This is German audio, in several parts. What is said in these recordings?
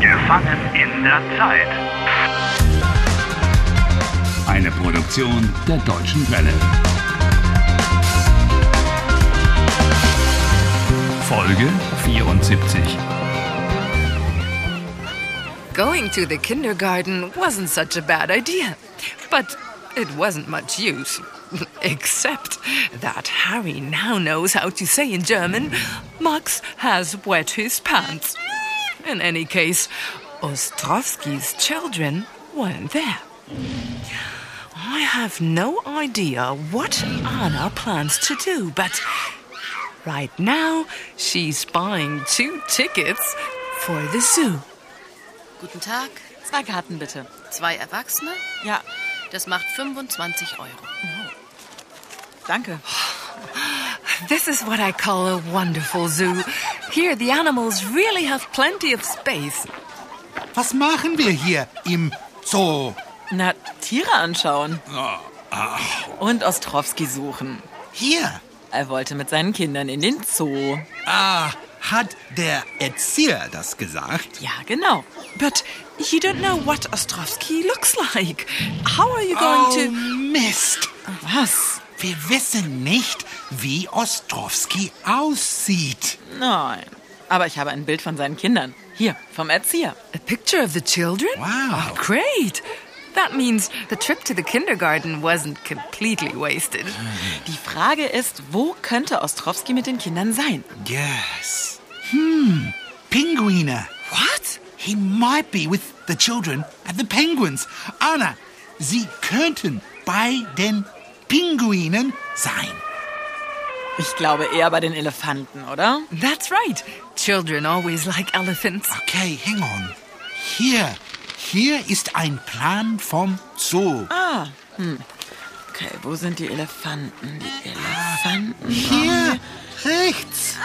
Gefangen in der Zeit. Eine Produktion der Deutschen Welle. Folge 74. Going to the kindergarten wasn't such a bad idea, but it wasn't much use. Except that Harry now knows how to say in German, Max has wet his pants. In any case, Ostrovsky's children weren't there. I have no idea what Anna plans to do, but right now she's buying two tickets for the zoo. Guten Tag. Zwei Karten bitte. Zwei Erwachsene? Ja, Das macht 25 Euro. danke. This is what I call a wonderful zoo. Here, the animals really have plenty of space. Was machen wir hier im Zoo? Na, Tiere anschauen. Und Ostrowski suchen. Hier? Er wollte mit seinen Kindern in den Zoo. Ah, hat der Erzieher das gesagt? Ja, genau. But you don't know what Ostrovsky looks like. How are you going oh, to. Mist. Was? Wir wissen nicht, wie Ostrowski aussieht. Nein. Aber ich habe ein Bild von seinen Kindern. Hier, vom Erzieher. A picture of the children? Oh, Wow. Great! That means the trip to the kindergarten wasn't completely wasted. Die Frage ist, wo könnte Ostrowski mit den Kindern sein? Yes. Hmm, Pinguine. What? He might be with the children and the penguins. Anna, sie könnten bei den Pinguinen sein. Ich glaube eher bei den Elefanten, oder? That's right. Children always like elephants. Okay, hang on. Hier, hier ist ein Plan vom Zoo. Okay, wo sind die Elefanten? Die Elefanten. Hier, rechts.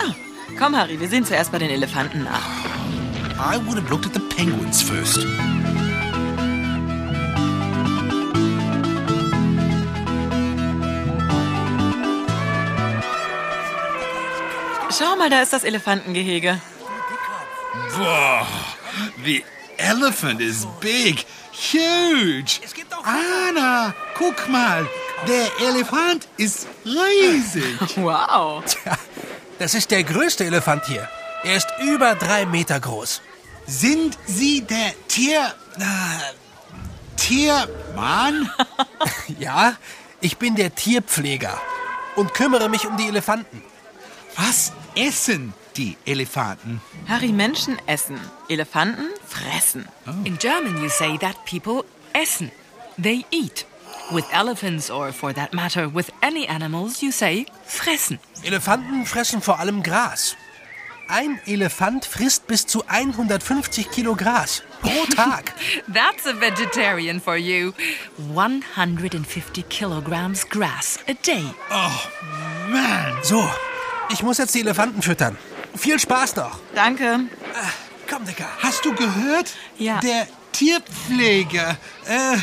Komm, Harry, wir sehen zuerst bei den Elefanten nach. I would have looked at the penguins first. Schau mal, da ist das Elefantengehege. Boah, The elephant is big, huge. Anna, guck mal, der Elefant ist riesig. Wow. Das ist der größte Elefant hier. Er ist über drei Meter groß. Sind Sie der Tier... Äh, Tiermann? Ja, ich bin der Tierpfleger und kümmere mich um die Elefanten. Was essen die Elefanten? Harry, Menschen essen, Elefanten fressen. In German, you say that people essen. They eat. With elephants, or for that matter, with any animals, you say fressen. Elefanten fressen vor allem Gras. Ein Elefant frisst bis zu 150 Kilo Gras pro Tag. That's a vegetarian for you. 150 kilograms grass a day. So, ich muss jetzt die Elefanten füttern. Viel Spaß noch. Äh, Danke. Komm, Dicker. Hast du gehört? Ja. Der Tierpfleger. Äh,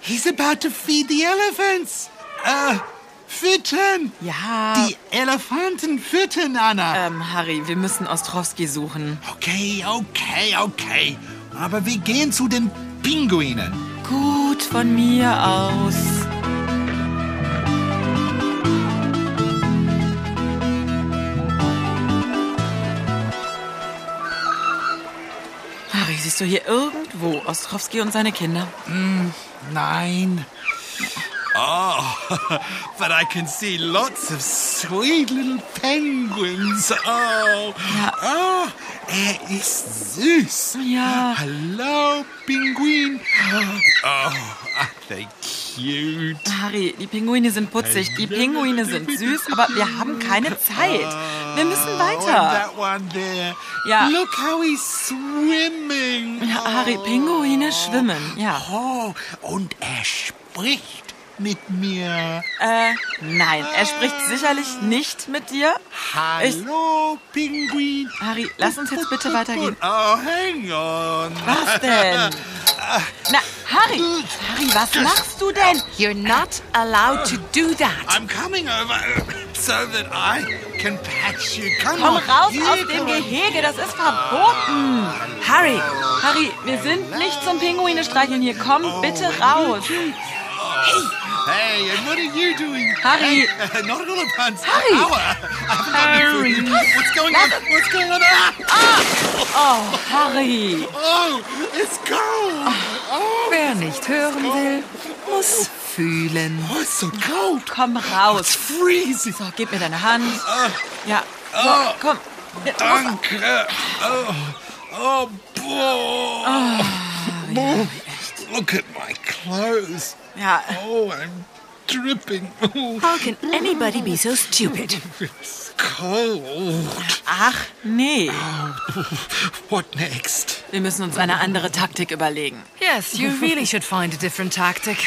he's about to feed the elephants. Äh, füttern. Ja. Die Elefanten füttern, Anna. Ähm, Harry, wir müssen Ostrowski suchen. Okay, okay, okay. Aber wir gehen zu den Pinguinen. Gut, von mir aus. Harry, siehst du hier irgendwo Ostrowski und seine Kinder? Nein. Oh, but I can see lots of sweet little penguins. Oh, oh, er ist süß. Ja. Hello, penguin. Oh, are they cute? Harry, die Pinguine sind putzig, die Pinguine sind süß, aber wir haben keine Zeit. Wir müssen Oh, weiter. that one there. Ja. Look how he's swimming. Ja, Harry, Pinguine schwimmen, ja. Oh, und er spricht mit mir. Äh, nein, er spricht sicherlich nicht mit dir. Hallo, Pinguin. Harry, lass uns jetzt bitte weitergehen. Oh, hang on. Was denn? Na, Harry, Harry, was machst du denn? You're not allowed to do that. I'm coming over so that I can patch you. Come Komm on. raus you aus dem come on. Gehege, das ist verboten. Harry, Harry, wir sind nicht zum Pinguine streicheln hier. Komm bitte raus. Hey, and what are you doing? Hey, Harry. uh, not at all at once. Harry. Ow, I haven't got any food. What's going on? What's going on? Ah! Oh, Harry. Oh, it's cold. Oh, Ah, wer nicht hören will, muss fühlen. oh, it's so cold. Komm raus. Freezing. So, gib mir deine Hand. Ja, so, Oh. komm. Ja, los. Danke. Oh, oh, boy. Ah, Oh, Look at my clothes. Ja, Oh, I'm dripping. Oh, How can anybody be so stupid? it's cold. ach nee. What next? Wir müssen uns eine andere Taktik überlegen. Yes, you really should find a different tactic.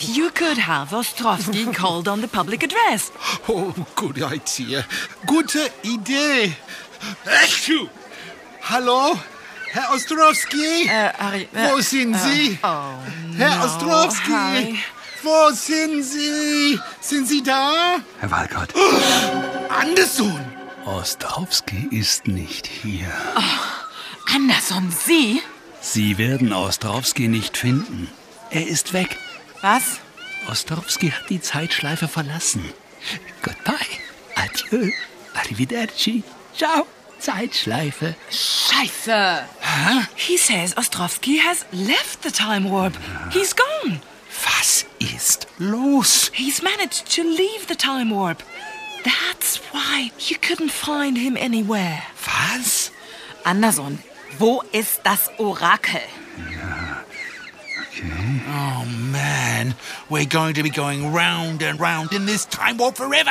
You could have Ostrovsky called on the public address. Oh, good idea. Gute Idee. Achtung! Hallo, Herr Ostrowski? Äh, Harry, äh, Wo sind Sie? Oh, Herr no, Ostrowski? Harry. Wo sind Sie? Sind Sie da? Herr Walcott, Anderson! Ostrowski ist nicht hier. Anderson, Sie? Sie werden Ostrowski nicht finden. Er ist weg. Was? Ostrowski hat die Zeitschleife verlassen. Goodbye. Adieu. Arrivederci. Ciao. Zeitschleife. Scheiße. He says Ostrovsky has left the time warp. He's gone. Was ist los? He's managed to leave the time warp. That's why you couldn't find him anywhere. Was? Anderson, wo ist das Orakel? Oh man, we're going to be going round and round in this time warp forever!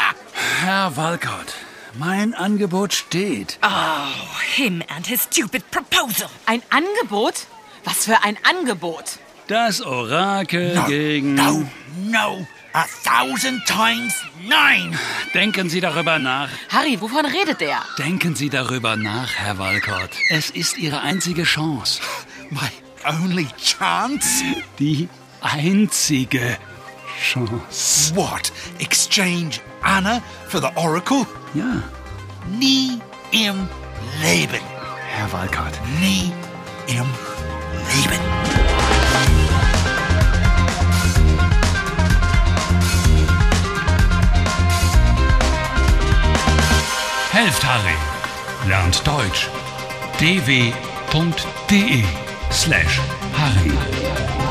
Herr Walcott, mein Angebot steht. Oh, him and his stupid proposal. Ein Angebot? Was für ein Angebot? Das Orakel gegen. No, no, a thousand times nine! Denken Sie darüber nach. Harry, wovon redet der? Denken Sie darüber nach, Herr Walcott. Es ist Ihre einzige Chance. My only chance? Die einzige Chance. What? Exchange Anna for the Oracle? Ja, Nie im Leben. Herr Walcott. Nie im Leben. Helft Harry. Lernt Deutsch. dw.de slash Harry.